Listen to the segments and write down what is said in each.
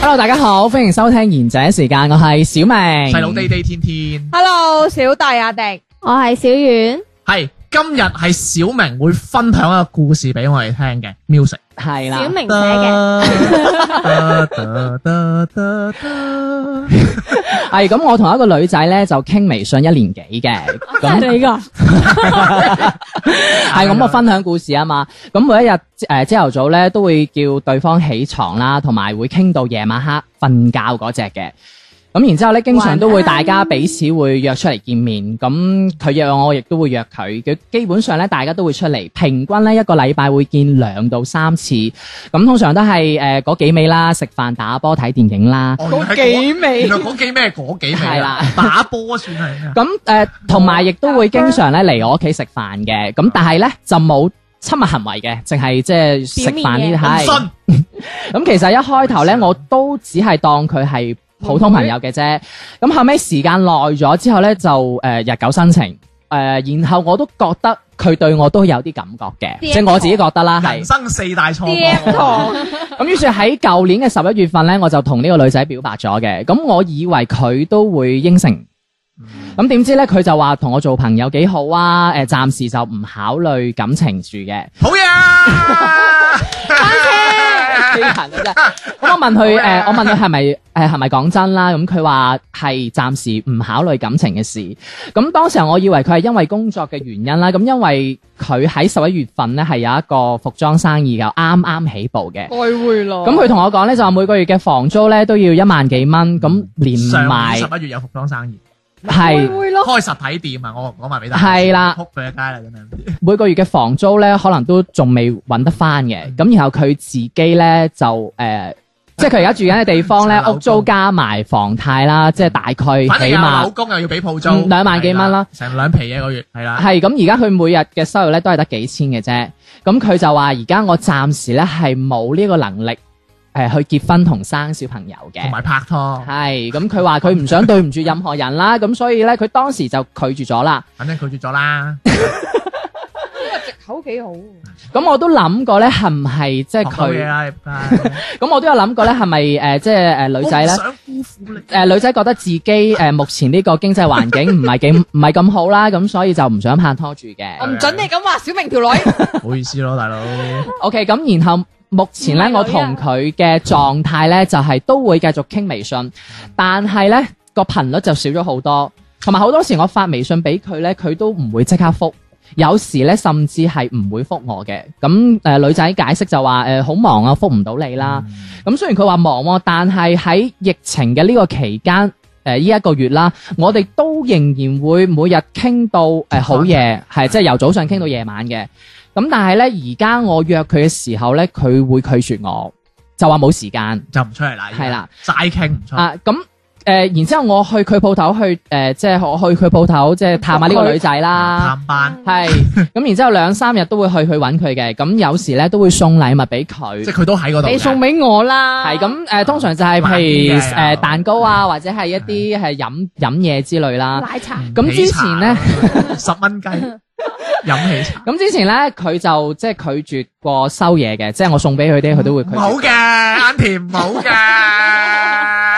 Hello，大家好，歡迎收聽賢者時間，我係小明，細佬地地天天 Hello，小弟阿迪，我係小遠，係今日係小明會分享一個故事俾我哋聽嘅 music。係啦小，明寫嘅。噠噠噠噠噠係啊咁，我同一個女仔咧就傾微信一年幾嘅， 咁你噶，係咁我分享故事啊嘛，咁每一日誒朝頭早咧都會叫對方起床啦，同埋會傾到夜晚黑瞓覺嗰只嘅。咁然之後咧，經常都會大家彼此會約出嚟見面，咁佢約我，我亦都會約佢。佢基本上咧，大家都會出嚟，平均咧一個禮拜會見兩到三次。咁通常都係誒嗰幾味啦，食飯、打波、睇電影啦。 哦原來係幾味原來嗰幾咩？嗰幾味係啊啦？打波算係咩啊？咁誒，同埋亦都會經常咧嚟我屋企食飯嘅。咁但係咧就冇親密行為嘅，淨係即係食飯呢啲表係。信咁其實一開頭咧，信我都只係當佢係普通朋友嘅啫。咁後尾時間耐咗之後咧，就誒、呃日久生情。誒、然後我都覺得佢對我都有啲感覺嘅，即係我自己覺得啦，係人。生四大錯 D M 誤。堂咁於是喺舊年嘅十一月份咧，我就同呢個女仔表白咗嘅。咁我以為佢都會應承，咁點知咧佢就話同我做朋友幾好啊？誒、暫時就唔考慮感情住嘅。好嘢啊！機械人真係咁我問佢誒、呃我問佢係咪誒係咪講真啦？咁佢話係暫時唔考慮感情嘅事。咁當時我以為佢係因為工作嘅原因啦。咁因為佢喺十一月份咧係有一個服裝生意嘅，啱啱起步嘅。外匯哦咯咁佢同我講咧就話每個月嘅房租咧都要一萬幾蚊，咁連嗯上埋年十一月有服裝生意，係會咯，開實體店啊！我講埋俾大家知。係啦。撲佢一街啦，真係。每個月嘅房租咧，可能都仲未揾得翻嗯嘅。咁然後佢自己咧就誒、 呃即係佢而家住緊嘅地方咧炒，樓嗯屋租加埋房貸啦，即係大概反正起又有碼老公又要俾鋪租，嗯兩萬幾蚊啦係，成兩皮嘢一個月，係啦。係咁。而家佢每日嘅收入咧都係得幾千嘅啫。咁佢就話：而家我暫時咧係冇呢個能力誒、呃去結婚同生小朋友嘅同。埋拍拖，係咁，佢話佢唔想對唔住任何人啦，咁所以咧佢當時就拒絕咗啦。反正拒絕咗啦。口幾好，咁我都諗過咧，係唔係即係學到嘢啊佢？啦，你仆街咁我都有諗過咧，係咪誒即係誒女仔咧我唔？哦想辜負你。誒、女仔覺得自己誒、目前呢個經濟環境唔係幾唔係咁好 啦，咁所以就唔想拍拖住我嘅。唔准你咁話小明條女，唔好意思咯，大佬。 OK，咁然後目前咧，唔係女啊我同佢嘅狀態咧就係、都會繼續傾微信，但係咧個頻率就少咗好多，同埋好多時我發微信俾佢咧，佢都唔會即刻覆。有時咧，甚至係唔會覆我嘅。咁誒、呃女仔解釋就話誒好忙啊，覆唔到你 Ừ. 啦。咁雖然佢話忙喎，但係喺疫情嘅呢個期間，誒依一個月啦，我哋都仍然會每日傾到誒、呃好夜，係即係由早上傾到夜晚嘅。咁但係咧，而家我約佢嘅時候咧，佢會拒絕我，就話冇時間。就唔出嚟啦，係啦，齋傾唔出。啊，咁誒、呃然之後我去佢鋪頭去誒、呃即係我去佢鋪頭即係探下呢個女仔啦。探班，係，咁然之後兩三日都會去去揾佢嘅，咁有時咧都會送禮物俾佢即。係佢都喺嗰度嘅。你送俾我啦，啊係咁誒，通常就係慢譬啲如嘅誒又蛋糕啊，或者係一啲係飲飲嘢之類啦。奶茶嗯咁喜之茶前咧，十蚊雞飲喜茶，咁之前咧佢就即係拒絕過收嘢嘅，即係我送俾佢啲，佢都會拒唔好絕。嘅，阿甜唔好嘅。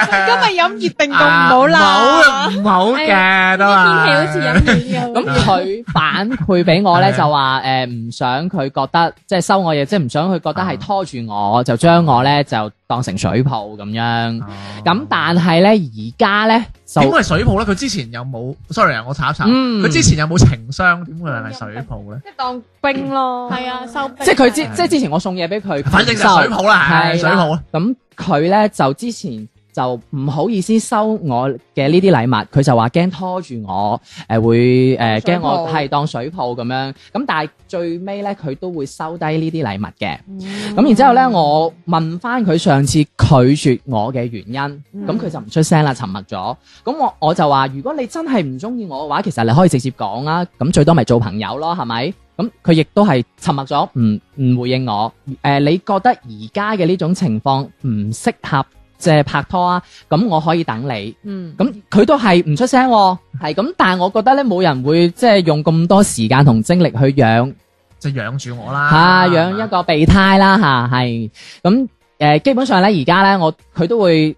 今日飲熱定凍 À, 唔好啦，唔好唔好嘅都啲啊。天氣好似飲咁暖佢反饋俾我 咧係就話誒唔想佢覺得即係收我嘢，即係唔想佢覺啊得係拖住我，就將我咧就當成水泡咁啊樣。Ờ. 咁但係咧而家咧就點會係水泡咧？佢之前有冇？sorry 啊，我查一查。嗯佢之前有冇情商？點會係水泡咧？即係當兵咯，係啊，收兵即係佢之係即係之前我送嘢俾佢，反正就佢唔收係水泡啦，係係水泡啦。咁佢咧就之前就唔好意思收我嘅呢啲禮物，佢就話驚拖住我，誒、會誒水驚、泡我係當水泡咁樣。咁但係最尾咧，佢都會收低呢啲禮物嘅。嗯咁、然之後咧，我問翻佢上次拒絕我嘅原因，咁佢、就唔出聲啦，沉默咗。咁我我就話：如果你真係唔中意我嘅話，其實你可以直接講啊。咁最多咪做朋友咯，係咪？咁佢亦都係沉默咗，唔唔回應我。誒、你覺得而家嘅呢種情況唔適合即係拍拖啊？咁我可以等你。嗯，咁佢都係唔出聲喎，係咁。但係我覺得咧，冇人會即係用咁多時間同精力去養就養住我啦。嚇啊養一個備胎啦嚇，係咁誒。基本上咧，而家咧我佢都會誒、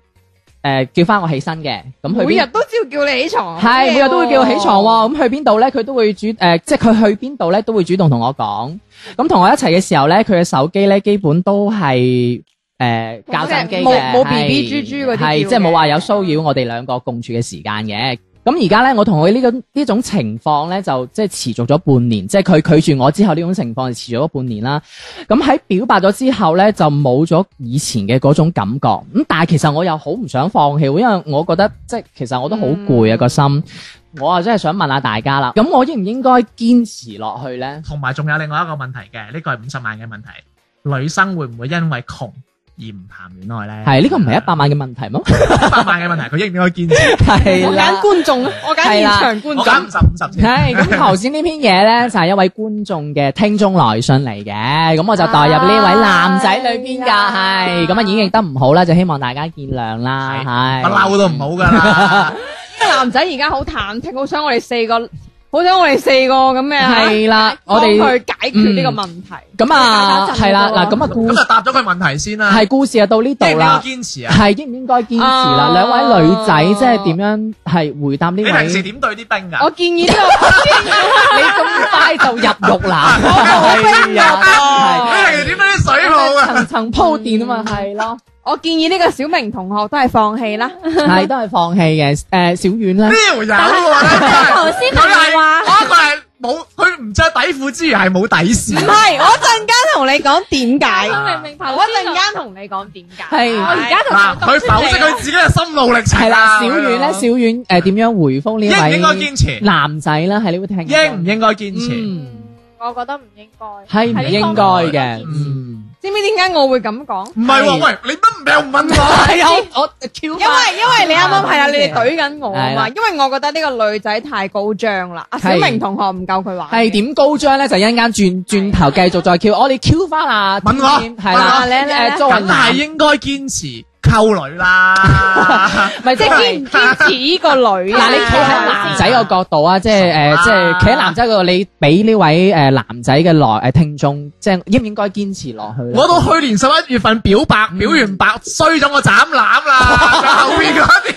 呃叫翻我起身嘅。咁佢每日都照叫你起床，系每日都會叫我起床喎，咁去邊度咧？佢都會主诶、即係佢去邊度咧都會主動同我講。咁同我一齊嘅時候咧，佢嘅手機咧基本都係诶即教係震機嘅冇冇係 BB 豬豬嗰啲係叫即係冇話嘅有騷擾我哋兩個共處嘅時間嘅。咁而家咧，我同佢呢個呢種情況咧，就即係持續咗半年，即係佢拒絕我之後呢種情況就持續咗半年啦。咁喺表白咗之後咧，就冇咗以前嘅嗰種感覺。咁但係其實我又好唔想放棄喎，因為我覺得即係其實我都好攰啊個心。我啊真係想問下大家啦，咁我應唔應該堅持落去咧？同埋仲有另外一個問題嘅，呢個係五十萬嘅問題。女生會唔會因為窮而唔談戀愛咧？係呢個唔係一百萬嘅問題嗎？ 一百萬嘅問題，佢應唔應該堅 持？係我啦揀。觀眾，我揀係現啦場觀我眾揀五。十五 十先。係咁頭先呢篇嘢咧，就係一位觀眾嘅聽眾來信嚟嘅，咁我就代入呢位男仔裏邊㗎，哎呀係咁啊演繹得唔好啦，就希望大家見諒啦，係不嬲都唔好噶啦。呢個男仔而家好忐忑，好想我哋四個，好想我哋四個咁嘅，係啦，我幫哋佢解決呢個問題。咁啊打針係啦，嗰嗱個咁啊故咁就答咗佢問題先啦。係故事啊到呢度應唔應該啦，堅持啊？係應唔應該堅持啦？啊兩位女仔即係點樣係回答呢你位？平時你點對啲兵我嗯啊？建議呢個 咁快就入獄 啦，係你啊，平時點對啲水泡係啊？層層鋪墊啊嘛，係咯，我建議呢個小明同學都係放棄 啦。係都係放棄嘅。誒小婉咧呢。條友啊，真係頭先佢咪係話我佢係冇，佢唔着底褲之餘係冇底唔線。係，我一陣間同你講點解，哎啊明明頭先我一陣間同你講點解。係我而家就嗱，佢剖析佢自己嘅心路歷系程啊。啦，小遠咧，小遠誒點樣回覆呢應唔應該位堅持？男仔咧？喺呢位聽眾應唔應該堅持？嗯我覺得唔應該，係唔應該嘅？係呢方面嗯，知唔知點解我會咁講？唔係係喎，喂，你乜又唔問 我？係我我 Q 因為因為你啱啱係啦，嗯你哋懟緊我啊係嘛，啦因為我覺得呢個女仔太高張啦，阿小係明同學唔夠佢玩。係？點高張咧？就一陣間轉轉頭繼續再 Q，我哋 Q 翻啊！問我係問啦，我嚟嚟嚟誒作為梗係男，應該堅持溝女啦。 咪即即係堅係。唔堅持呢個女啊？嗱，你企喺男仔個角度啊，即係啊誒，即係企喺男仔嗰度，你俾呢位誒男仔嘅來誒聽眾，即係應唔應該堅持落去咧？我到去年十一月份表白，嗯表完白衰咗我斬 攬啦，後面嗰啲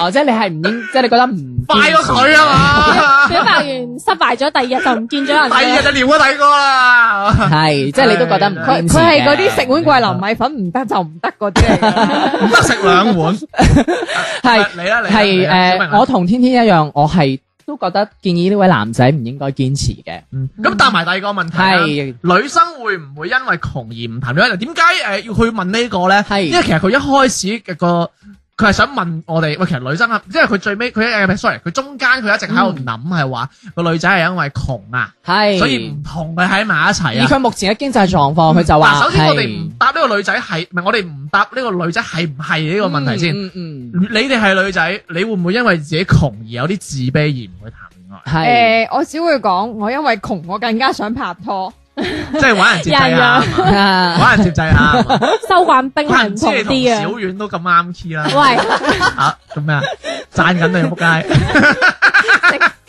哦，即係你係唔應，即係你覺得唔快過佢 啊表白完失敗咗，第二日就唔見咗人嘛，第二啦日。就撩咗第 個啦。系，即係你都覺得唔佢堅持佢係嗰啲嘅食碗桂林米粉唔得就唔得嗰啲嚟㗎。唔得食兩碗，係 你啦你啦你係啦小明啊诶，啦我同天天一樣，我係都覺得建議呢位男仔唔應該堅持嘅。咁答埋第二個問題啦係女生會唔會因為窮而唔談戀愛？點解誒要去問呢個咧？係因為其實佢一開始嘅個佢係想問我哋，喂，其實女生啊，因為佢最尾佢誒 sorry，佢中間佢一直喺度諗係話個女仔係因為窮啊，嗯係，所以唔同佢喺埋一齊以啊。嗯佢目前嘅經濟狀況，佢就嗱，話首先我哋係唔答呢個女仔係，唔係我哋唔答呢個女仔係唔係呢個問題先。嗯嗯，嗯你哋係女仔，你會唔會因為自己窮而有啲自卑而唔會談戀愛？ 係誒，我只會講我因為窮，我更加想拍拖。即係玩人接濟啊，係嘛 啊玩人接濟啊。係嘛收慣兵係唔知同你同小啲遠都咁啱 key 啦，嘅。喂。啊做咩啊？讚緊你仆街，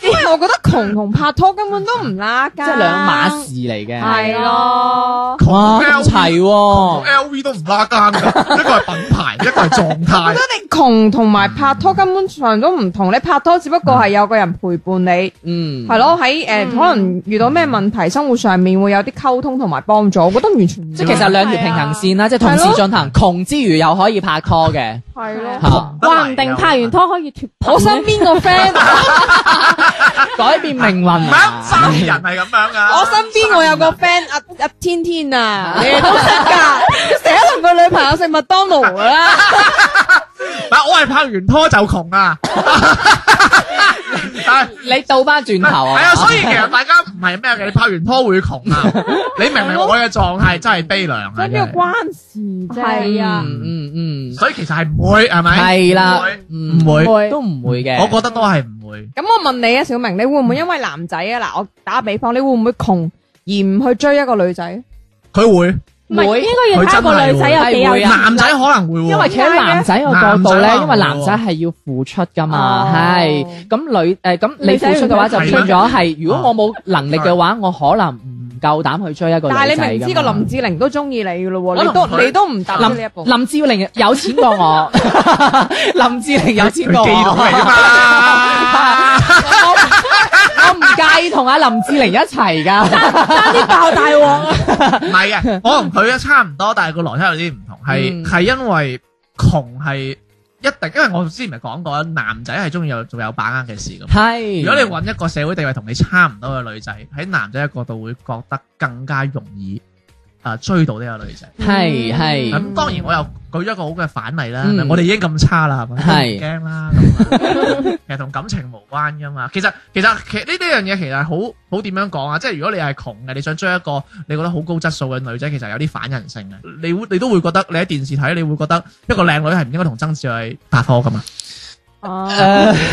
因為我覺得窮同拍拖根本都唔拉即更，係兩碼事嚟嘅。係咯。哇，咁齊喎， L V 都唔拉更㗎，一個係品牌，一個係狀我覺得態。你窮同埋拍拖根本上都唔同，你拍拖只不過係有個人陪伴你，嗯，係。咯喺誒可能遇到咩問題，生活上面會有啲溝通同埋幫助，我覺得完全唔即係其實兩條平衡線啦，即係同時進行，窮之餘又可以拍拖 嘅，係嚇咯。话唔定拍完拖可以脱我身邊個 friend，改變命唔運係啊。啊生意人係咁樣噶。我身邊我有個 friend 阿阿天天啊，你哋都識㗎，佢成日同佢女朋友食麥當勞㗎啦。但我係拍完拖就窮 啊！但係你倒翻轉頭啊！係啊，所以其實大家唔係咩嘅，你拍完拖會窮啊！你明唔明我嘅狀態真係悲涼啊！所以邊真係個關事啫？係啊嗯嗯嗯，所以其實係唔會係咪？係啦唔會，嗯唔會會都唔會嘅。我覺得都係唔會。咁我問你啊，小明，你會唔會因為男仔啊？嗱，我打比方，你會唔會窮而唔去追一個女仔？佢會唔係會應該要睇下個女仔有幾有會錢啊男仔可能會喎，因為企喺男仔個角度咧，因為男仔係要付出噶嘛，哦係咁女誒咁你付出嘅話就變咗係，如果我冇能力嘅話，我可能唔夠膽去追一個女但仔係你明知㗎個嘛林志玲都中意你嘅咯可喎，你能都佢你都唔踏出呢一步。林志玲有錢過我，林志玲有錢佢過基佬嚟㗎我，嘛。我唔介意同阿林志玲一齊㗎。唔係嘅，我同佢啊差唔多，但係個邏輯有啲唔同，係嗯係因為窮係一定，因為我之前咪講過，男仔係中意有做有把握嘅事咁。係，如果你揾一個社會地位同你差唔多嘅女仔，喺男仔嘅角度會覺得更加容易啊、追到呢個女仔。係係咁、當然我又舉咗一個好嘅反例啦，嗯咪我哋已經咁差啦，係咪？係唔驚啦，咁啊 其實同感情無關噶嘛。其實其實其實呢呢樣嘢其實好好點樣講啊？即係如果你係窮嘅，你想追一個你覺得好高質素嘅女仔，其實有啲反人性嘅。你會你都會覺得你喺電視睇，你會覺得一個靚女係唔應該同曾志偉拍 拖噶嘛？哦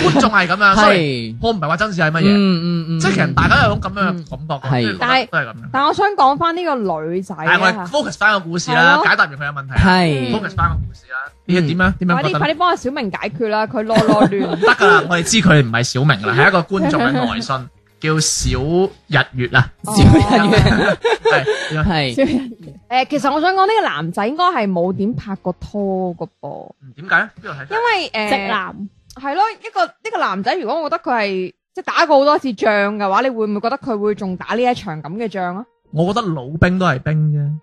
誒觀眾係咁樣，所以係，我唔係話曾志偉係乜嗯嘢。嗯嗯，即係其實大家有種咁樣嘅感覺係嘅，係都係咁樣。但啊我想講翻呢個女仔但係我哋啊， focus 翻個故事係啦，咯解答完佢嘅問題啦係嗯，focus 翻個故事啦。你點樣點快樣覺啲得快咧？啲幫阿小明解決啦，佢囉囉 亂。得㗎啦，我哋知佢唔係小明 啦，係一個觀眾嘅來信，叫小日月啊。小人嘅係點樣係。誒，其實我想講呢個男仔應該係冇點拍過拖個噃，嗯點解咧？邊度睇因？為誒直男，係咯，一個一個男仔，如果我覺得佢係即係打過好多次仗嘅話，你會唔會覺得佢會仲打呢一場咁嘅仗啊？我覺得老兵都係兵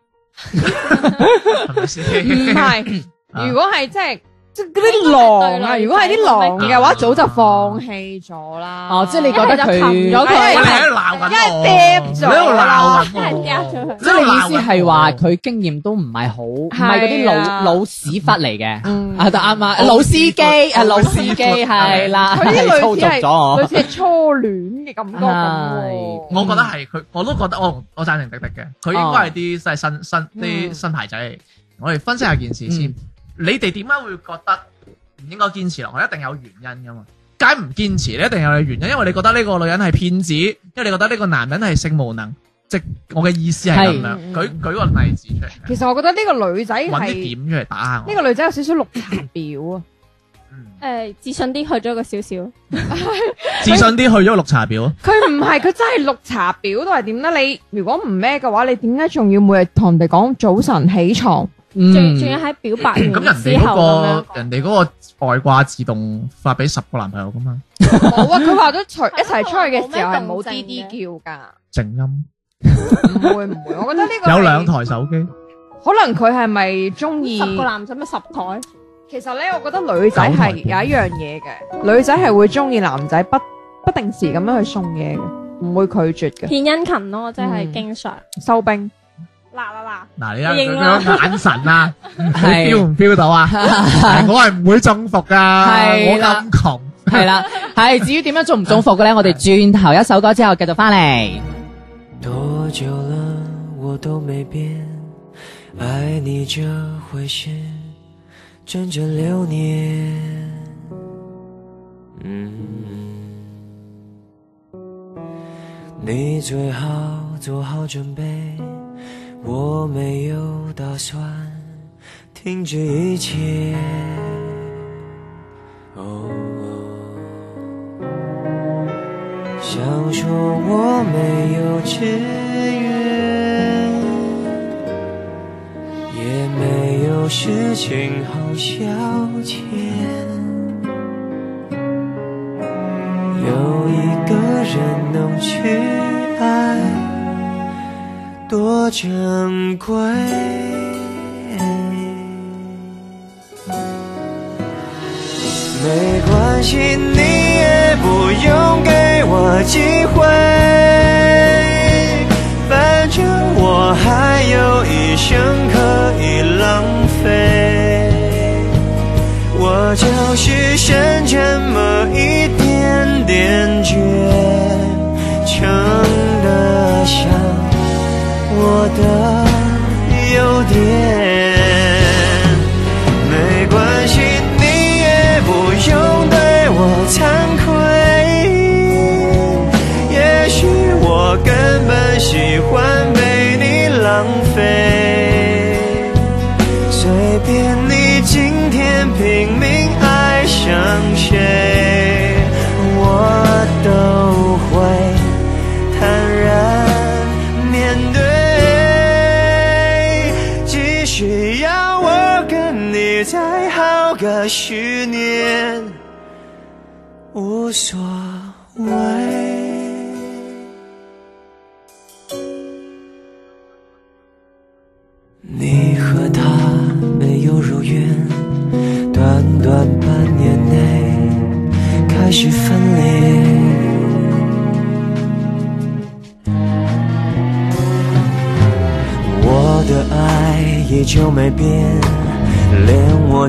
啫，係咪 唔先？係，啊如果係即係即係嗰啲狼啊，如果係啲狼嘅話，啊早就放棄咗啦。哦，即係你覺得佢一係就擒咗佢喂你喺係度鬧緊一係我，掟你咗喺度鬧緊一係掟我咗，即係你意思係話哦你喺度鬧緊我佢經驗都唔係好，唔係嗰啲係啊老老屎忽嚟嘅。嗯啊，啱啱老司機啊，老司機係啦，佢啲類操似縱係咗哦我類。似係初戀嘅 感覺咁係喎。我覺得係佢，我都覺得我我贊成迪迪嘅，佢應該係啲即係新新啲哦嗯新牌仔嚟。我哋分析下件事先嗯，你哋點解會覺得唔應該堅持落去？一定有原因噶嘛？點解唔堅持？你一定有你原因，因為你覺得呢個女人係騙子，因為你覺得呢個男人係性無能。即我嘅意思係咁樣，係舉舉個例子出嚟，其實我覺得呢啊個女仔揾係啲點出嚟打下我。呢個女仔有少少綠茶婊啊，嗯誒自信啲去咗個少少。自信啲去咗綠茶婊，佢唔係佢真係綠茶婊都係點咧？你如果唔咩嘅話，你點解仲要每日同人哋講早晨起床？Ừ. 仲仲要嗯，喺表白完咁人之哋嗰後咁樣個人哋嗰個外掛自動發俾十個男朋友噶嘛， 冇啊！佢話咗除一齊出去嘅時候係係冇冇 D 咩 D 動靜嘅叫噶，靜音唔會唔會，我覺得呢個有係兩，台手機。可能佢係咪中意？十個男仔咪十台，其實咧，我覺得女仔係有一樣嘢嘅，女仔係會中意男仔不不定時咁樣去送嘢嘅，唔會拒絕嘅。獻殷勤咯，即係嗯經常收兵。嗱嗱嗱。嗱，你睇下你認佢啦嗰個眼神 啊，你係標唔標到 啊？我係唔會征服噶，我係啦咁窮。係啦，係。至於點樣中唔中伏嘅咧，我 哋轉頭一首歌之後繼續翻嚟。多久了，我都没变，爱你这回事，整整六年。嗯，你最好做好准备，我没有打算停止一切。哦。想说我没有志愿，也没有事情好消遣。有一个人能去爱，多珍贵。没关系，你也不用给我机会，反正我还有一生可以浪费。我只剩这么一点点倔强的想我的优点。没关系，你也不用对我惭愧。也许我根本喜欢被你浪费。随便你今天拼命爱上谁，我都会坦然面对。只需要我跟你再耗个十年，无所谓。你和他没有如愿，短短半年内开始分离。我的爱依旧没变，连我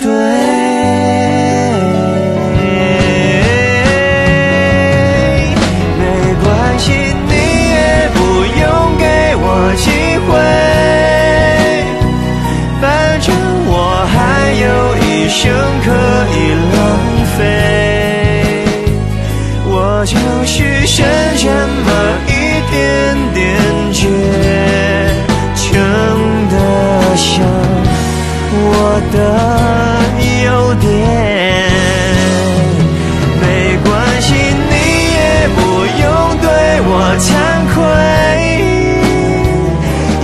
对。没关系，你也不用给我机会，反正我还有一生可以浪费。我就是剩这么一点点倔强的想我的优点。没关系，你也不用对我惭愧。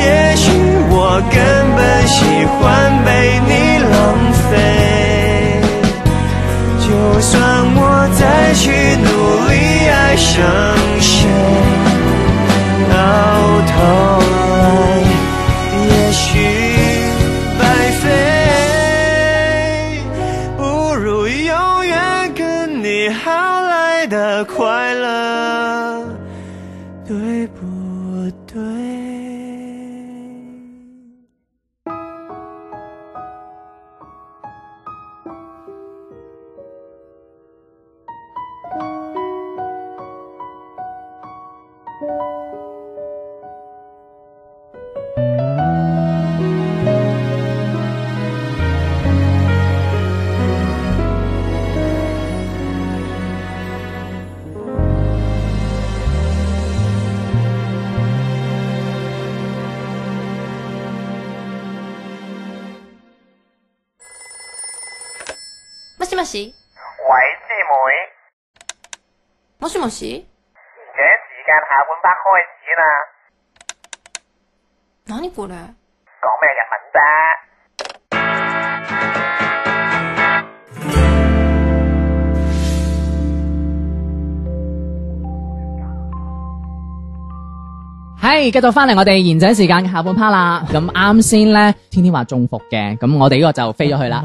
也许我根本喜欢被你浪费，就算我再去努力爱上谁，到头来也许白费，不如永远跟你好来的快乐，对不对？もしもし喂，師妹，もしもし而家時間下半 part 開始啦，何これ講咩日文啫？系，繼續翻嚟我哋賢者時間嘅下半 part 啦。咁啱先咧，天天話中伏嘅，咁我哋呢個就飛咗去啦。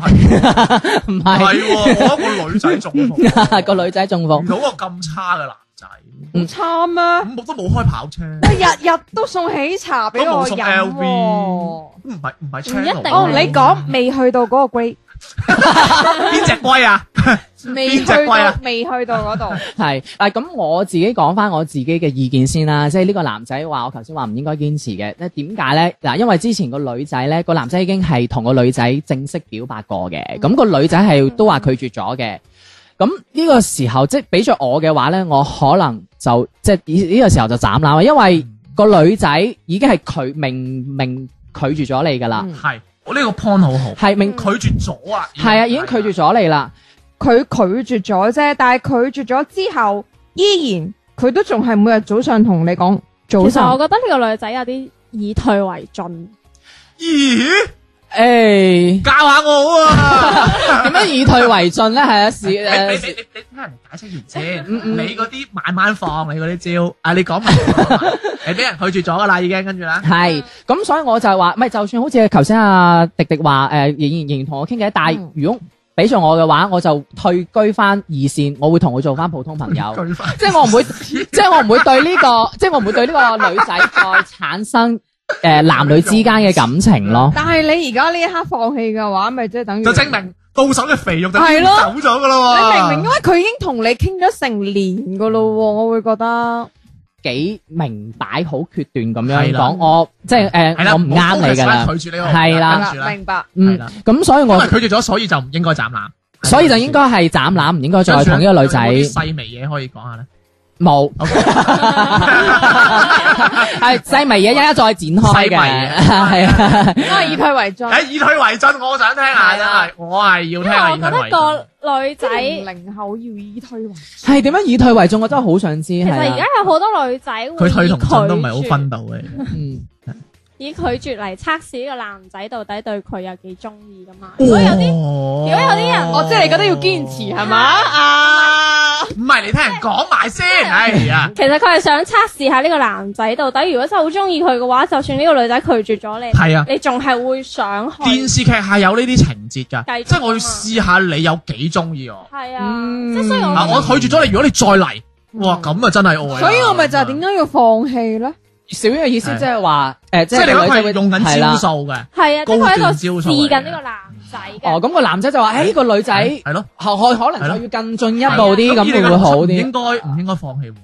唔係係，喎，我一個女仔中伏，唔個女仔中嗯伏，到個咁差嘅男仔，差咩？咁我都冇開跑車，日日都送喜茶俾都我冇送飲喎。LV 唔係唔係唔一定 channel。啊哦，你講未去到嗰個 grade，邊只龜啊？未去邊隻龜啊到未去到嗰度， 係。嗱，啊咁我自己講翻我自己嘅意見先啦，即係呢個男仔話我頭先話唔應該堅持嘅，咧點解咧？嗱，因為之前個女仔咧，個男仔已經係同個女仔正式表白過嘅，咁、個女仔係都話拒絕咗嘅。咁呢個時候即係俾咗我嘅話咧，我可能就即係呢呢個時候就斬啦，因為個女仔已經係佢明明拒絕咗你噶啦，係我呢個 point 好好，係明拒絕咗啊！係啊，已經拒絕咗你啦。佢拒絕咗啫，但係拒絕咗之後，依然佢都仲係每日早上同你講其早實我晨。à? 覺得呢個女仔有啲以退為進，咦？诶，教下 我啊！点樣以退為進咧？係啊，事你你诶，你你聽人解釋完先，你嗰啲慢慢放，你嗰啲招啊，你講埋你講埋，你俾人拒絕咗噶啦，已經跟住啦。係咁，所以我就係話，唔係就算好似頭先阿迪迪話诶，仍然仍然同我傾偈，但係如果俾咗我嘅話，我就退居翻二線，我會同佢做翻普通朋 友。拒翻即係我唔會，即係我唔會對呢、個，即係我唔會對呢個女仔再產生诶、呃男女之間嘅感情咯。但係你而家呢一刻放棄嘅話，咪即係等哦於就證明到手嘅肥肉就係走咯咗噶你啦明喎。明因為佢已經同你傾咗成年噶咯喎，我會覺得幾明擺好決斷咁樣係啦講，我即係诶、係啦，我唔啱你㗎啦唔好。拒絕呢個係啦跟住啦，明白。嗯係啦，咁所以因我為拒絕咗，所以就唔應該斬攬。所以就應該係斬攬，唔應該再同呢個女仔有冇啲細微嘢可以講下咧。冇。 OK 係細微嘢一一再展開細微嘅，嘢係啊，因 為以退為進，誒以退為進，我想聽下真係，我係要因聽為下以我覺退為得進。個女即仔，係其零後要以退為進。係點樣以退為進？我真係好想知。實係啊而家有好多女仔會佢退以同進都唔係好拒絕分到嘅。嗯以拒絕嚟測試呢個男仔到底對佢有幾中意噶嗯嘛。所以有啲如如果有啲人哦我即係你覺得要堅持係嘛啊？唔係你聽人講埋先，哎呀，其實佢係想測試下呢個男仔到底，如果真係好中意佢嘅話，就算呢個女仔拒絕咗你，係啊，你仲係會想去。電視劇係有呢啲情節㗎，繼續即係我要試下你有幾中意我。係啊，嗯即係所以我嗱，覺我拒絕咗你，如果你再嚟，哇，咁啊真係愛啦。所以我咪就係點解要放棄咧？小英嘅意思即係話誒，即即係你係個諗女仔會佢用緊係啦招數嘅，得係啊，即高係佢喺段度招數嚟嘅試緊呢個男仔嘅。哦，咁個男仔就話：，誒個女仔係咯，可可可能係咯就要更進一步啲，咁以會你唔嘅會好邏輯唔應啲？該唔應該放棄喎？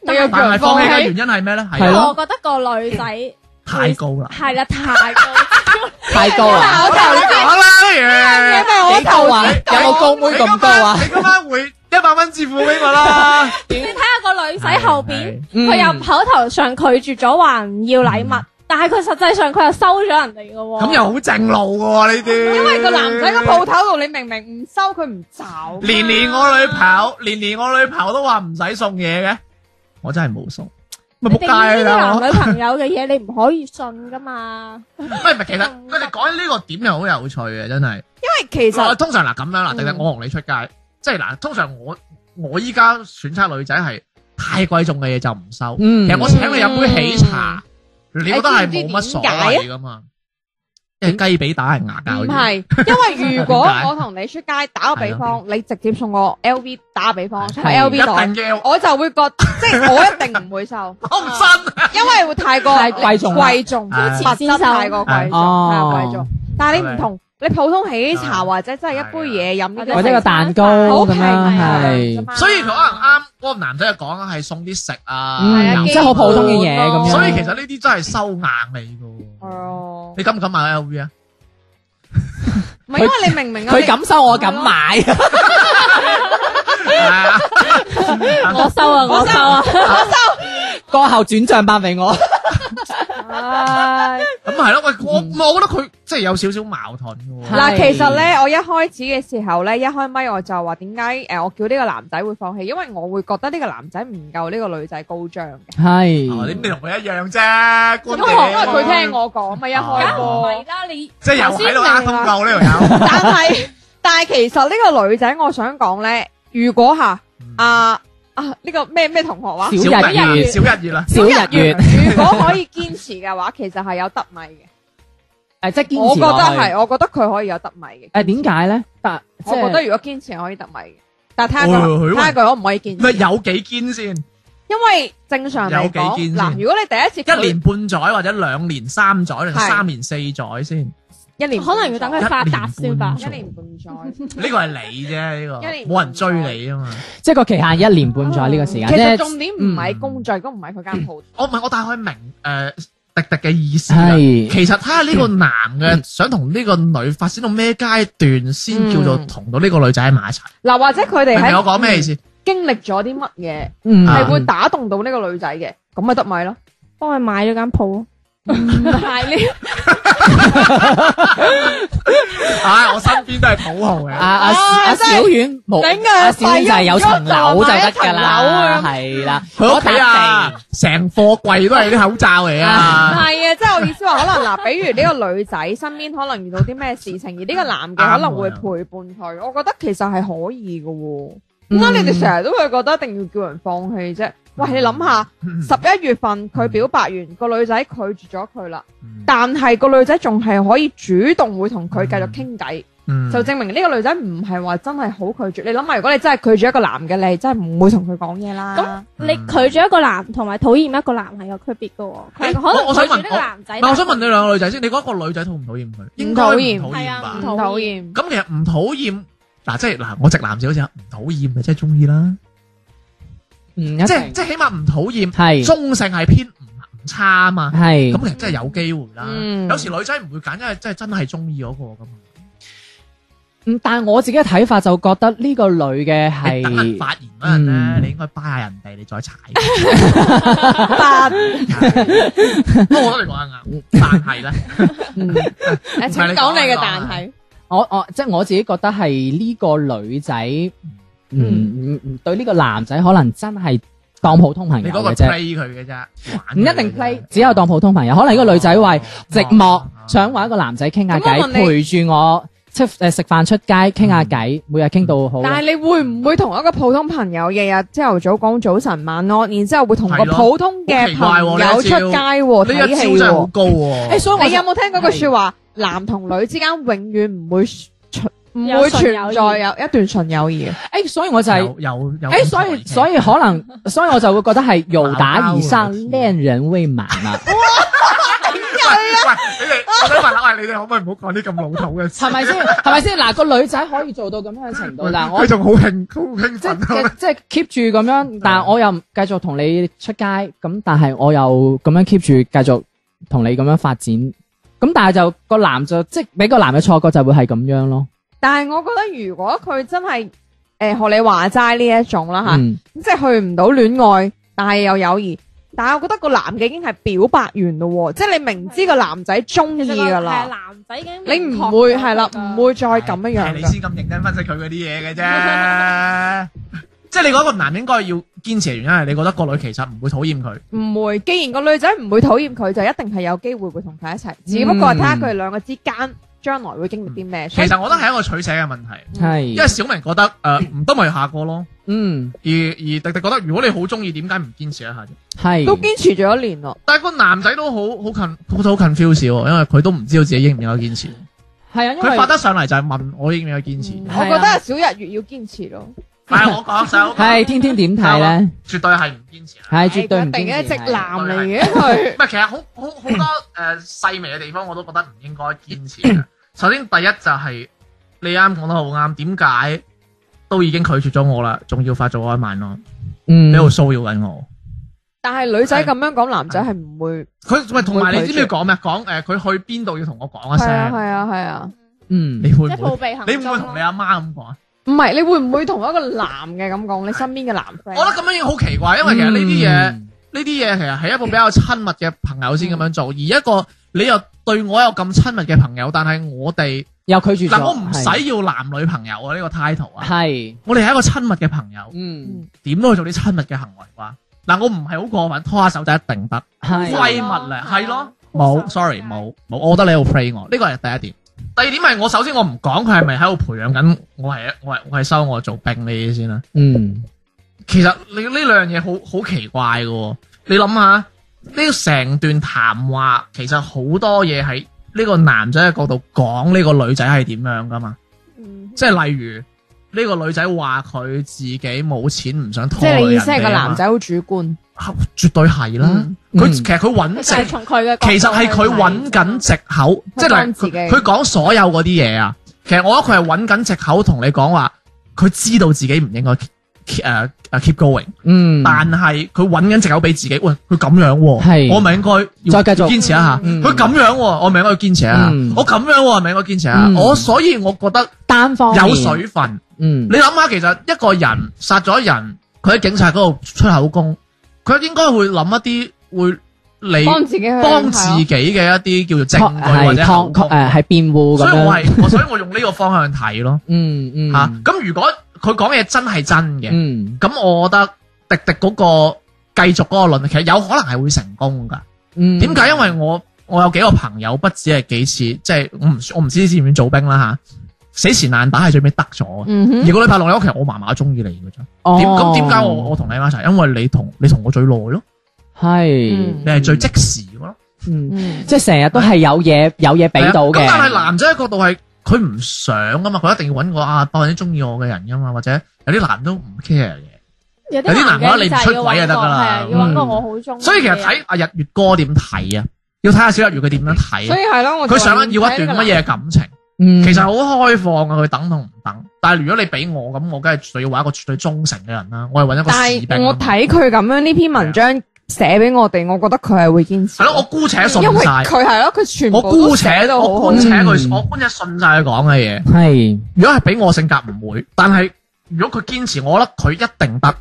你又叫但係人放放棄嘅棄原因係咩咧？係係咯我覺得個女仔太高啦。係啦，太高。太高啦！我頭先講啦，不如。幾高啊？有冇高妹咁高啊你？今晚會一百蚊支付俾我啦。你睇下個女仔後邊，嗯佢又口頭上拒絕咗話唔要禮物，但係佢實際上佢又收咗人哋嘅喎。咁又好正路喎呢啲。因為個男仔個鋪頭度，你明明唔收佢唔找。年年我女朋友，年年我女朋友都話唔使送嘢嘅，我真係冇送。咪仆你街呢啦！啲我男女朋友嘅嘢，你唔可以信噶 嘛。唔係唔係，其實佢哋講緊呢個點又好有趣嘅，真係。因為其嗱實通常嗱咁樣啦，定定我同你出街，即係嗱，通常我我依家選擇女仔係太貴重嘅嘢就唔收。嗯其實我請你飲杯喜茶，你覺得係冇乜所謂噶嘛？因為雞髀打係牙唔教 係，嘅，因為如果點解我同你出街打個比方，你直接送我 LV 打個比方，送我係一 LV 度，定要，我就會 覺即係我一定唔會收，我唔信。因為會太 過太貴重啦啊貴重，物係質太過貴重，哦太過貴重。但係你唔同，你普通喜茶或者真係一杯嘢飲呢啲，或者個蛋糕好咁平啊樣㗎係，啫嘛所以佢可能啱嗰個男仔就講係送啲食啊，係啊嗯，油即基係好普通嘅嘢本咁咯樣。所以其實呢啲真係收硬你係噶。啊你敢唔敢買 LV 啊？唔係因為你明唔明啊？佢敢收，我敢買。係啊我收啊，我收啊。 過後轉帳翻俾我。唉咁係咯，喂，我我覺得佢即係有少少矛盾嘅喎。嗱，係其實咧，我一開始嘅時候咧，一開咪我就話點解誒，我叫呢個男仔會放棄，因為我會覺得呢個男仔唔夠呢個女仔高漲嘅，哦你係。咪同佢一樣啫，因因為因為佢聽我講嘛，一係開啊唔波。係啦，你即係又喺度呃通告呢條友。但係但係其實呢個女仔，我想講咧，如果吓啊啊呢個咩咩同學話，小日月，月小日月啦，啊小日月，如果可以堅持嘅話，其實係有得米嘅。誒即係堅持我覺得落去係，我覺得佢可以有得米嘅。誒點解咧？但即我係覺得如果堅持係可以得米嘅，但係睇下哦佢佢睇下佢可唔可以堅咪持。有幾堅先？因為正常嚟有幾講，堅嗱，先如果你第一次一佢年半載或者兩年三載定係三年四載先？呢一年半載，可能要等佢發達先吧一。一年半載，個係你啫，呢個一年冇人追你啊嘛。即係個期限一年半載呢個時間。其即實係重點唔係工作，都唔係佢間鋪。我唔係，我大概明誒、呃迪迪嘅意思啦。係嗯其實睇下呢個男嘅想同呢個女發展到咩階段，先叫嗯做同到呢個女仔喺埋一齊。嗱，或者佢哋明唔明我喺講咩意思？經歷咗啲乜嘢？嗯啊係會打動到呢個女仔嘅，咁咪得咪咯。幫佢買咗間鋪，唔係呢-唉，我身邊都係土豪嘅。阿阿啊阿真係小丸冇，頂啊阿小丸就係有層樓就得㗎啦，買係啦，佢嗰屋笪企啊，成貨櫃都係啲口罩嚟唔啊！係啊，即係我意思話，可能嗱，比如呢個女仔身邊可能遇到啲咩事情，而呢個 男嘅可能會陪伴佢，我覺得其實係可以嘅喎。點解你哋成日都會覺得一定要叫人放棄啫？喂，你諗嗯下，十一月份佢表白完，個女仔拒絕咗佢啦，但係個女仔仲係可以主動會同佢繼續傾偈。嗯就證明呢個女仔唔係話真係好拒絕。你諗下，如果你真係拒絕一個男嘅，你真係唔會同佢講嘢啦。咁你拒絕一個男同埋討厭一個男係有區別㗎喎。佢係可能我我想問拒絕呢個男仔，唔係我想問你兩個女仔先，你覺得個女仔討唔討厭佢？應該討唔厭討係啊厭吧唔唔？討厭討厭，咁其實唔討厭嗱，即係嗱，我直男少好似唔討厭嘅，即係中意啦，唔一即係定即係起碼唔討厭，係中性係偏唔唔差啊嘛。係咁其實真係有機會啦。嗯有時女仔唔會揀，因為真係真係中意嗰啊個噶嘛。嗯但係我自己嘅睇法就覺得呢個女嘅你得閒係發言嗰陣咧，嗯你應該巴下人哋，你再踩。 但不過我覺得你講得啱，但 係咧，嗯誒請講你嘅但係，我我即係我自己覺得係呢個女仔，嗯嗯對呢個男仔可能真係當普通朋你友嗰個嘅啫。 play 佢嘅啫，玩唔一佢嘅啫定 play，只有當普通朋友。可能呢個女仔為寂寞哦，想揾一個男仔傾下咁我偈，問陪住我出誒食飯出街傾下嗯偈，每日傾到好。但係你會唔會同一個普通朋友日日朝頭早講早晨晚安，然之後會同個係咯普通嘅朋友出街喎呢一睇戲招真係好喎？高喎。誒，所以我你有就冇聽過句説話？男同女之間永遠唔會存唔有會純存友誼在有一段純友誼。誒，所以我就係有有有誒，所以所以可能，所以我就會覺得係由打而生，戀人未滿啊，喂，你哋我想問下，喂，你哋可唔可以唔好講啲咁老土嘅事？係咪先？係咪先？嗱，個女仔可以做到咁樣嘅程度，嗱，我佢仲好興好興即奮啊！即係 keep 住咁嗯樣，但係我又唔繼續同你出街，咁但係我又咁樣 keep 住繼續同你咁樣發展，咁但係就個男就即係俾個男嘅錯覺就會係咁樣咯。但係我覺得如果佢真係誒學你話齋呢一種啦嚇，嗯，即係去唔到戀愛，但係又友誼。但係我覺得個男嘅已經係表白完咯喎，即係你明知個男仔中意㗎啦，其實個係男仔已經明確咗你㗎。唔會係啦，唔會再咁樣係樣你㗎。先咁認真分析佢嗰啲嘢嘅啫。即係你覺得個男應該要堅持嘅原因係你覺得個女其實唔會討厭佢，唔會，既然個女仔唔會討厭佢，就一定係有機會會同佢一齊，只不過係睇下佢哋兩個之間將來會經歷啲咩。其實我覺得係一個取捨嘅問題，嗯因為係，小明覺得誒唔得咪下個咯，嗯，而而迪迪覺得如果你好中意，點解唔堅持一下啫？係，都堅持咗一年咯，但係個男仔都好好近好 confuse 喎，因為佢都唔知道自己應唔應該堅持。係啊，因佢為發得上嚟就係問我應唔應該堅持。嗯我覺得係小日月要堅持咯，唔係我講手，係天天點睇咧？絕對係唔堅持啦。係絕對唔定堅嘅持直男嚟嘅佢。唔係，其實好好好多誒、呃、細微嘅地方，我都覺得唔應該堅持嘅。首先第一就係、你啱講得好啱，點解都已經拒絕咗我啦，仲要發早安晚安，嗯你喺，度騷擾緊我。但係女仔咁樣講，男仔係唔會。佢喂，同埋會你拒絕知唔知佢講咩？講誒，佢、去邊度要同我講一係啊係聲。啊係啊，嗯，你會唔會？即係報備行蹤咯。你會唔會同你阿媽咁講啊？唔係你會唔會同一個男嘅咁講？你身邊嘅男我 friend，啊覺得咁樣已經好奇怪，因為其實呢啲嘢。嗯呢啲嘢其實係一個比較親密嘅朋友先咁樣做，而一個你又對我有咁親密嘅朋友，但係我哋又拒絕咗，嗱，我唔係使要男女朋友啊呢個 title 啊，係，我哋係一個親密嘅朋友，嗯，點都去做啲親密嘅行為啩？嗱，我唔係好過分，拖下手就一定得，係，閨蜜咧，係咯，冇，sorry，冇冇，我覺得你好 play 我，呢個係第一點。第二點係我首先我唔講佢係咪喺度培養緊我係我係我係收我做兵呢啲先啦。嗯，其實你呢兩樣嘢好好奇怪嘅喎，你諗下呢成段談話，其實好多嘢喺呢個男仔嘅角度講呢個女仔係點樣噶嘛，嗯。即係例如呢、個女仔話佢自己冇錢唔想拖即係你意思係係個男仔好主觀，啊絕對係啦，嗯佢、嗯其實佢揾藉，就係從佢嘅角度其實係佢揾緊藉口，即佢係幫自佢己佢講所有嗰啲嘢啊，其實我覺得佢係揾緊藉口同你講話，佢知道自己唔應該 keep 誒誒 keep going。嗯，但係佢揾緊藉口俾自己，喂，佢咁樣係喎，我咪應該要再繼續堅持一下。嗯佢咁樣喎，我咪應該要堅持一下嗯。我咁樣喎，我咪應該堅持一下嗯。我所以我覺得單方面有，水分。嗯你，諗下，其實一個人殺咗人，佢喺警察嗰度出口供，佢應該會諗一啲會你幫自己去幫自己嘅一啲叫做證據或係者抗口抗供誒係辯護咁所以我樣，係，我所以我用呢個方向睇 咯嗯嗯吓。咁如果佢講嘢真係真嘅，嗯咁我覺得迪迪嗰個繼續嗰個論，其實有可能係會成功㗎。嗯，點解？因為我我有幾個朋友，不止係幾次，即係我唔我唔知知唔知做兵啦吓，死纏爛打係最尾得咗嘅。嗯哼而個女拍落嚟，其實我麻麻中意你嘅啫。哦點咁點解我我同你喺埋一齊？因為你同你同我最耐咯，係嗯你係最即時嘅咯。嗯嗯即係成日都係有嘢有嘢俾到嘅。係啊咁但係男仔嘅角度係佢唔想噶嘛，佢一定要揾個啊百分之中意我嘅人噶嘛，或者有啲男都唔 care 嘅。有有啲男嘅嘅你唔就係出要軌就揾得個㗎啦係啊要揾個嗯我好中意嘅人。所以其實睇阿日月哥點睇啊，要睇下小日月佢點樣睇所啊以。係咯，我佢想要一段乜嘢感情？嗯其實好開放啊，佢等同唔等。但係如果你俾我咁，我梗係最啊要揾一個絕對忠誠嘅人啦。我係揾一個但士系兵啊嘛。啊我睇佢咁樣呢篇文章寫俾我哋，我覺得佢係會堅持。係咯，我姑且信因為晒。佢係咯，佢全部我姑都且寫到我好好姑。且佢，嗯我姑且信晒佢講嘅嘢。係如果係俾我性格唔會，但係如果佢堅持，我覺得佢一定得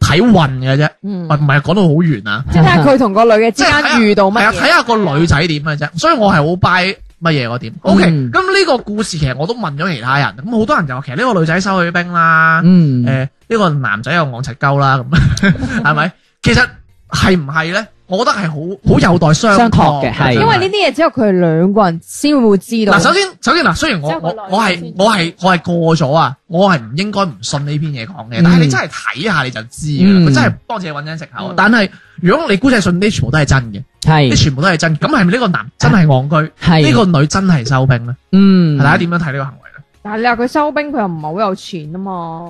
睇運嘅啫，嗯唔係唔係講到好遠啊，即係睇下佢同個女嘅之即係睇下間遇到係乜啊，睇嘢。下個女仔點嘅啫，所以我係好 buy 乜嘢嗰點。OK，咁嗯呢個故事其實我都問咗其他人，咁好多人就話其實呢個女仔收佢兵啦，嗯誒呢個男仔又戇柒鳩啦，咁 係咪？其實係唔係咧？我覺得係好好有待商商榷榷嘅係因為呢啲嘢只有佢哋兩個人先會知道。嗱，首先首先嗱，雖然我即係個我內我係心我係我係過咗啊，我係唔應該唔信呢篇嘢講嘅，但係你嗯真係睇下你就知㗎啦，佢嗯真係幫自己揾緊藉口。啊但係如果你姑且信呢全部都係真嘅，呢係全部都係真，咁係咪呢個男真係戇居，嗯係呢個女真係收兵咧？嗯大家點樣睇呢個行為咧？但係你話佢收兵，佢又唔係好有錢啊嘛。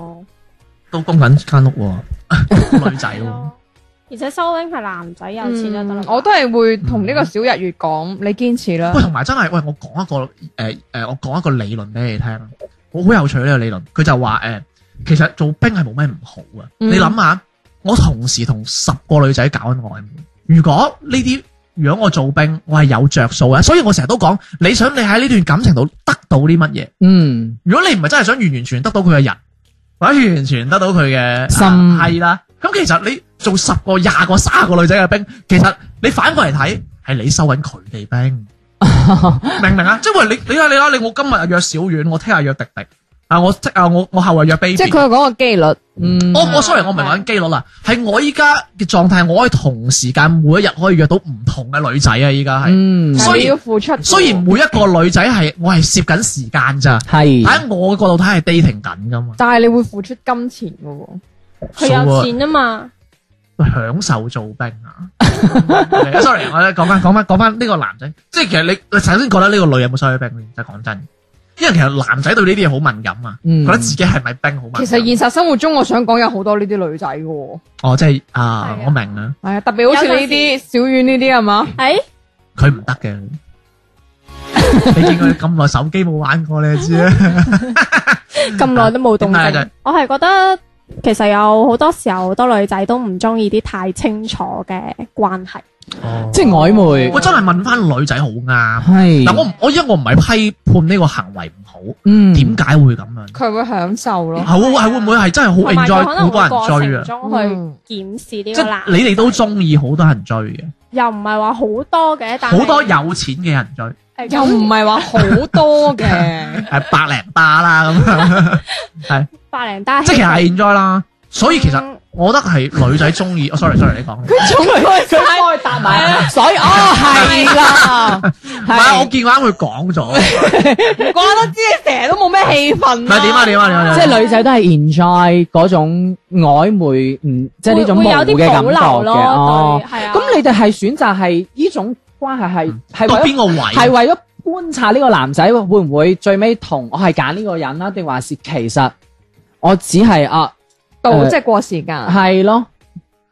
都供緊間 屋喎，女仔係喎咯，而且收拎係男仔有錢就得啦嗯。我都係會同呢個小日月講，你堅持啦喂，。同埋真係，喂，我講一個誒誒、呃呃我講一個理論俾你聽，啊好好有趣呢個理論。佢就話誒、呃其實做兵係冇咩唔好嘅。嗯你諗下，我同時同十個女仔搞緊外援，如果呢啲如果我做兵，我係有着數嘅。所以我成日都講，你想你喺呢段感情度得到啲乜嘢？嗯如果你唔係真係想完完全得到佢嘅人，或者完全得到佢嘅心啊係啦。咁、其實你做十個、廿個、卅個女仔嘅兵，其實你反過嚟睇，係你收緊佢 哋兵，明唔明啊？即係喂，你你睇你啦，你我今日約啊小遠，我聽日約迪迪，啊我即啊我我後日約 baby。即係佢有講個機率。嗯我我 sorry，我唔係講緊機率啦，係我依家嘅狀態，我可以同時間每一日可以約到唔同嘅女仔啊！依家係，嗯雖然係要付出嘅，雖然每一個女仔係我係攝緊時間咋，嗯係喺我嘅角度睇係 dating 緊噶嘛。但係你會付出金錢嘅喎。佢有錢啊嘛，享受做兵啊 係！sorry，我啊咧講翻講翻講翻呢個男仔，即係其實你你首先覺得呢個女有冇收起兵先？真係講真，因為其實男仔對呢啲嘢好敏感啊，嗯覺得自己係咪兵好敏其感。實現實生活中，我想講有好多呢啲女仔嘅喎。哦，即係啊係啊，我明啊，係啊，特別好似呢啲小遠呢啲係嘛？誒佢唔得嘅。你見佢咁耐手機冇玩過，你就知啦。 咁耐都冇動點解靜嘅。我係覺得其實有好多時候，好多女仔都唔中意啲太清楚嘅關係。哦，即係曖昧我真係問翻女仔好嗯啱。係嗱，我唔我因為我唔係批判呢個行為唔好，嗯點解會咁樣？佢會享受咯。係會係會唔會係真係啊同好埋佢 enjoy 可好能會多過人追啊程？中去檢視呢即個係男，你哋都中意好多人追嘅。又唔係話好多嘅，但係好多有錢嘅人追， 誒又唔係話好多嘅，係百零巴啦咁樣， 百零單，即係其實係 enjoy 啦。所以其實嗯我覺得係女仔中意。哦，sorry sorry，你講。唔佢佢幫佢答埋，所以哦係啦，係我係見啱佢 講咗，唔唔怪得知你成日都冇咩氣氛啦。係點啊點啊點啊！即係女仔都係 enjoy 嗰種曖昧，嗯，即係呢種模會會有糊啲嘅感保留覺嘅咯，哦對。係啊。咁你哋係選擇係呢種關係係係嗯到為咗邊個係位？為咗觀察呢個男仔會唔會最尾同我係揀呢個人啦，啊定還是其實我只係啊到誒即係過時間。係咯，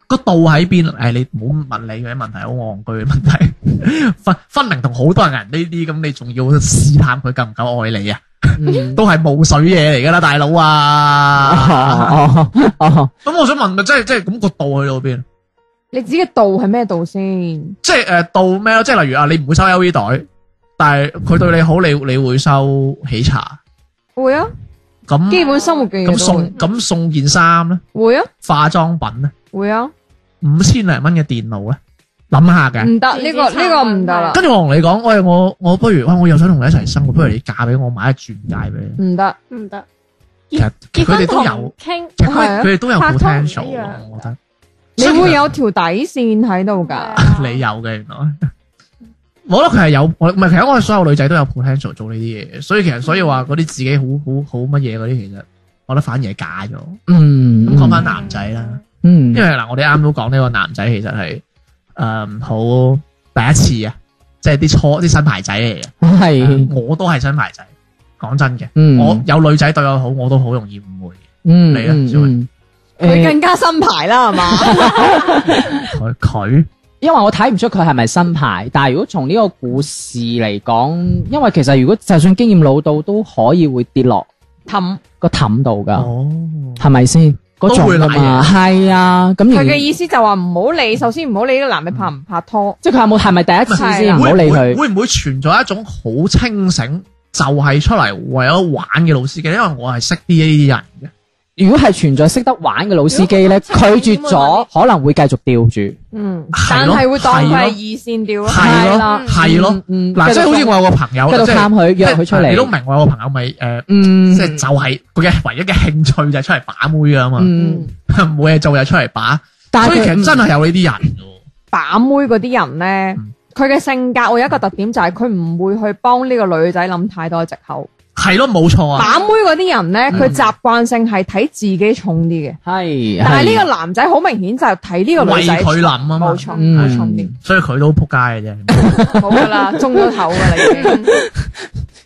個度喺邊？誒，你唔好問你嘅問題，好戇居嘅問題。 分分明同好多人呢啲咁，你仲要試探佢夠唔夠愛你啊？ 嗯都係冇水嘢嚟㗎啦，大佬 啊！哦哦哦，咁我想問，咪即係即係咁個度去到邊？你指嘅度係咩度先？即係誒到咩咯？即係例如啊，你唔會收 LV 袋，但係佢對你好，你你會收喜茶。會啊，基咁本生活嘅嘢嗯咁都會送咁送件衫咧，會啊，化妝品咧，會啊，五千零蚊嘅電腦咧，諗下嘅。唔得呢個呢個唔得啦，跟住我同你講，喂，我我不如，喂，我又想同你一齊生活，不如你嫁俾我，買一鑽戒俾你。唔得。唔得。其實其實佢結婚哋都同有，傾，其實係佢哋啊佢哋都有拍拖唔一樣 potential，喎我覺得。你所以會其實有條底線喺度㗎。 你有嘅原來。我覺得佢係有，我唔係其實我哋所有女仔都有 potential 做呢啲嘢，所以其嗯實所以話嗰啲自己好好好乜嘢嗰啲，其實我覺得反而係假咗。嗯，咁講翻男仔啦，嗯，因為嗱，我哋啱都講呢個男仔其實係誒好第一次啊，即係啲初啲新牌仔嚟嘅。啊係，我都係新牌仔，講真嘅，嗯，我有女仔對我好，我都好容易誤會嘅。嗯，你啊嗯小慧嗯佢誒更加新牌啦，係嘛？佢佢因為我睇唔出佢係咪新牌，但係如果從呢個故事嚟講，因為其實如果就算經驗老到，都可以會跌落氹個氹度㗎，哦，係咪先？嗰種㗎都會賴嘛，係啊，咁佢而嘅意思就話唔好理，首先唔好理呢個男嘅拍唔拍拖。即係佢有冇係咪第一次係先？啊唔好理會唔會佢，會唔會存在一種好清醒，就係出嚟為咗玩嘅老司機？因為我係識啲呢啲人嘅。如果係存在識得玩嘅老司機咧，拒如果佢絕咗，可能會繼續吊住。嗯，係但咯係會當佢係係咯二線調咯。係咯啦係咯嗯，嗯嗱，繼續即係好似我有個朋友繼啦，續即探係佢，約佢出即係嚟，你都明我有個朋友咪誒，嗯，即係就係佢嘅唯一嘅興趣就係出嚟把妹啊嘛， 嗯，冇嘢做就出嚟把，但所以係其實佢嗯真係有呢啲人嘅喎。把妹嗰啲人咧嗯，佢嘅性格我有一個特點就係佢唔會去幫呢個女仔諗太多藉口。係咯，冇錯啊，把妹嗰啲人咧，佢習慣性係睇自己重啲嘅，係，但係呢係個男仔好明顯就係睇呢個為女仔重。佢諗啊嘛冇，錯，嗯佢重啲，所以佢都撲街嘅啫， 冇噶啦，中咗頭噶啦已經。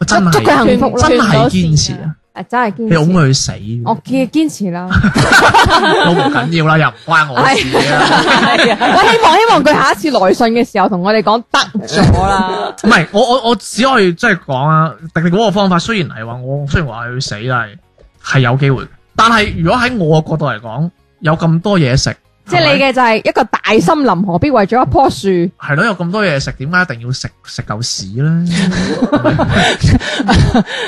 真祝係。佢幸福啦真，係堅持啊！誒真係堅你㧬持。佢去死，我堅堅持啦，都唔緊要啦，又唔關我事啊！我希望希望佢下一次來信嘅時候同我哋講得咗啦，唔係，我我我只可以即係講啊，迪迪嗰個方法雖然係話我雖然話佢去死，但係係有機會。但係如果喺我嘅角度嚟講，有咁多嘢食，即係你嘅嘅就係一個大森林，何必為咗一棵樹？係咯，有咁多嘢食，點解一定要食食嚿屎咧？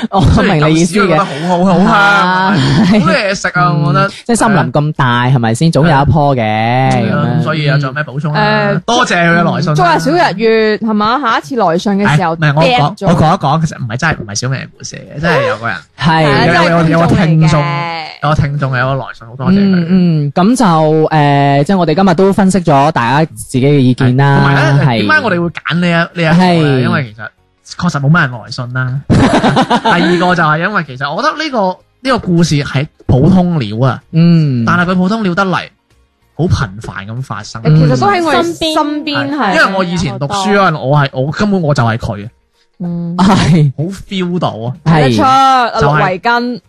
哦我明你意思雖然嚿屎我覺嘅。得好好 好香，係好多嘢食啊！ 我覺得嗯即係森林咁大，係咪先？總有一棵嘅係咁啊樣咁所以啊，仲有咩補充啊誒？多謝佢嘅來信啦。啊祝下小日月係嘛？下一次來信嘅時候唔係我講，掟咗我講一講，其實唔係真係唔係小明嘅故事嚟嘅，真係有個人，係啊係有真係有有有個聽觀眾眾嚟嘅，有個聽眾有個來信，好多謝嗯佢。嗯，咁就诶，即係我哋今日都分析咗大家自己嘅意見啦。同埋咧，係點解我哋會揀呢一呢一個係咧？因為其實確實冇乜人來 信啦。第二個就係因為其實我覺得呢個呢個故事係普通料啊，嗯，但係佢普通料得嚟好頻繁咁發生。其實都喺我哋哦身邊身邊係係，啊因為我以前讀書啊嗰陣，我係我根本我就係佢啊，嗯係好 feel 到啊。睇得係出啊就六係圍巾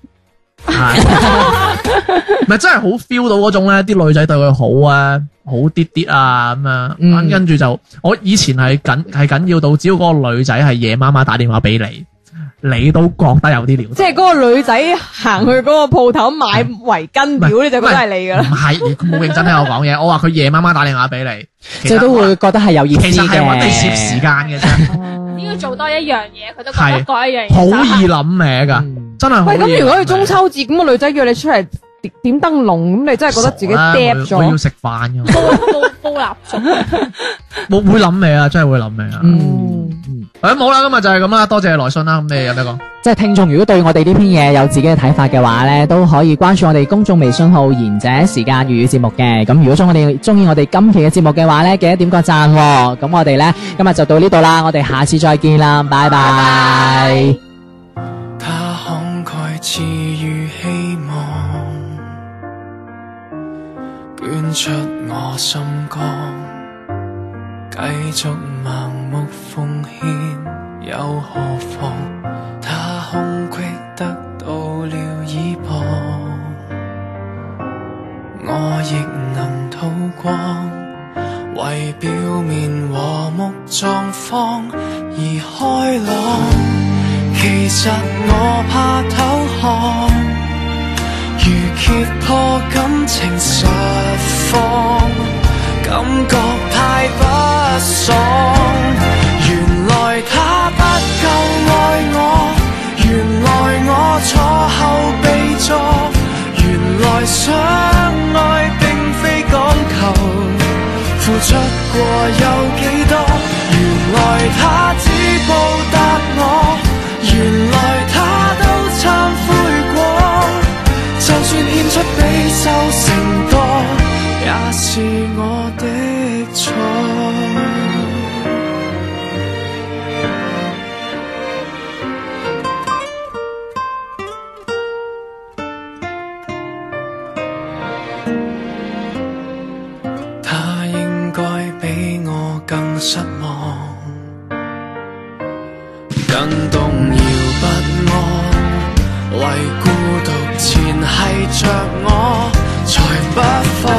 係， 咪真係好 feel 到嗰種咧，啲女仔對佢好啊，好啲啲啊咁啊，嗯跟住就我以前係緊係緊要到，只要嗰個女仔係夜媽媽打電話俾你，你都覺得有啲料到。即係嗰個女仔行去嗰個鋪頭買圍巾表，你就覺得係你噶啦。唔係，佢冇認真聽我講嘢。我話佢夜媽媽打電話俾你，其即係實都會覺得係有意思其實係揾你攝時嘅。間嘅啫，只要做多一樣嘢，佢都覺係得嗰一樣嘢好就係易諗嘢㗎，嗯真係好喂，易諗嘢。咁如果佢中秋節咁個女仔叫你出嚟點點燈籠，咁你真係覺得自己傻啦我要 d 我要咗。食飯㗎，煲煲煲蠟燭，我會諗你啊，真係會諗你啊。嗯，嗯誒哎冇啦，今日就係咁啦，多謝來信啦。咁你有咩講？即係聽眾，如果對我哋呢篇嘢有自己嘅睇法嘅話呢，都可以關注我哋公眾微信號「賢者時間粵語節目」嘅。咁如果中我哋中意我哋今期嘅節目嘅話呢，記得點個讚喎。咁我哋呢，今日就到呢度啦，我哋下次再見啦，拜拜他慷慨賜予希望，捐出我心肝，繼續盲目奉獻又何妨？他空隙得到了倚傍，我亦能吐光。為表面和睦狀況而開朗，其實我怕投降，如揭破感情實況，感覺太不爽。原來他不夠愛我，原來我坐後備座，原來相愛並非講求。付出過有幾多？原來他只報答我，原來他都懺悔過。就算獻出比收成多，也是我的錯。他應該比我更失望，更動搖不安，為孤獨前繫着我，才不放。啊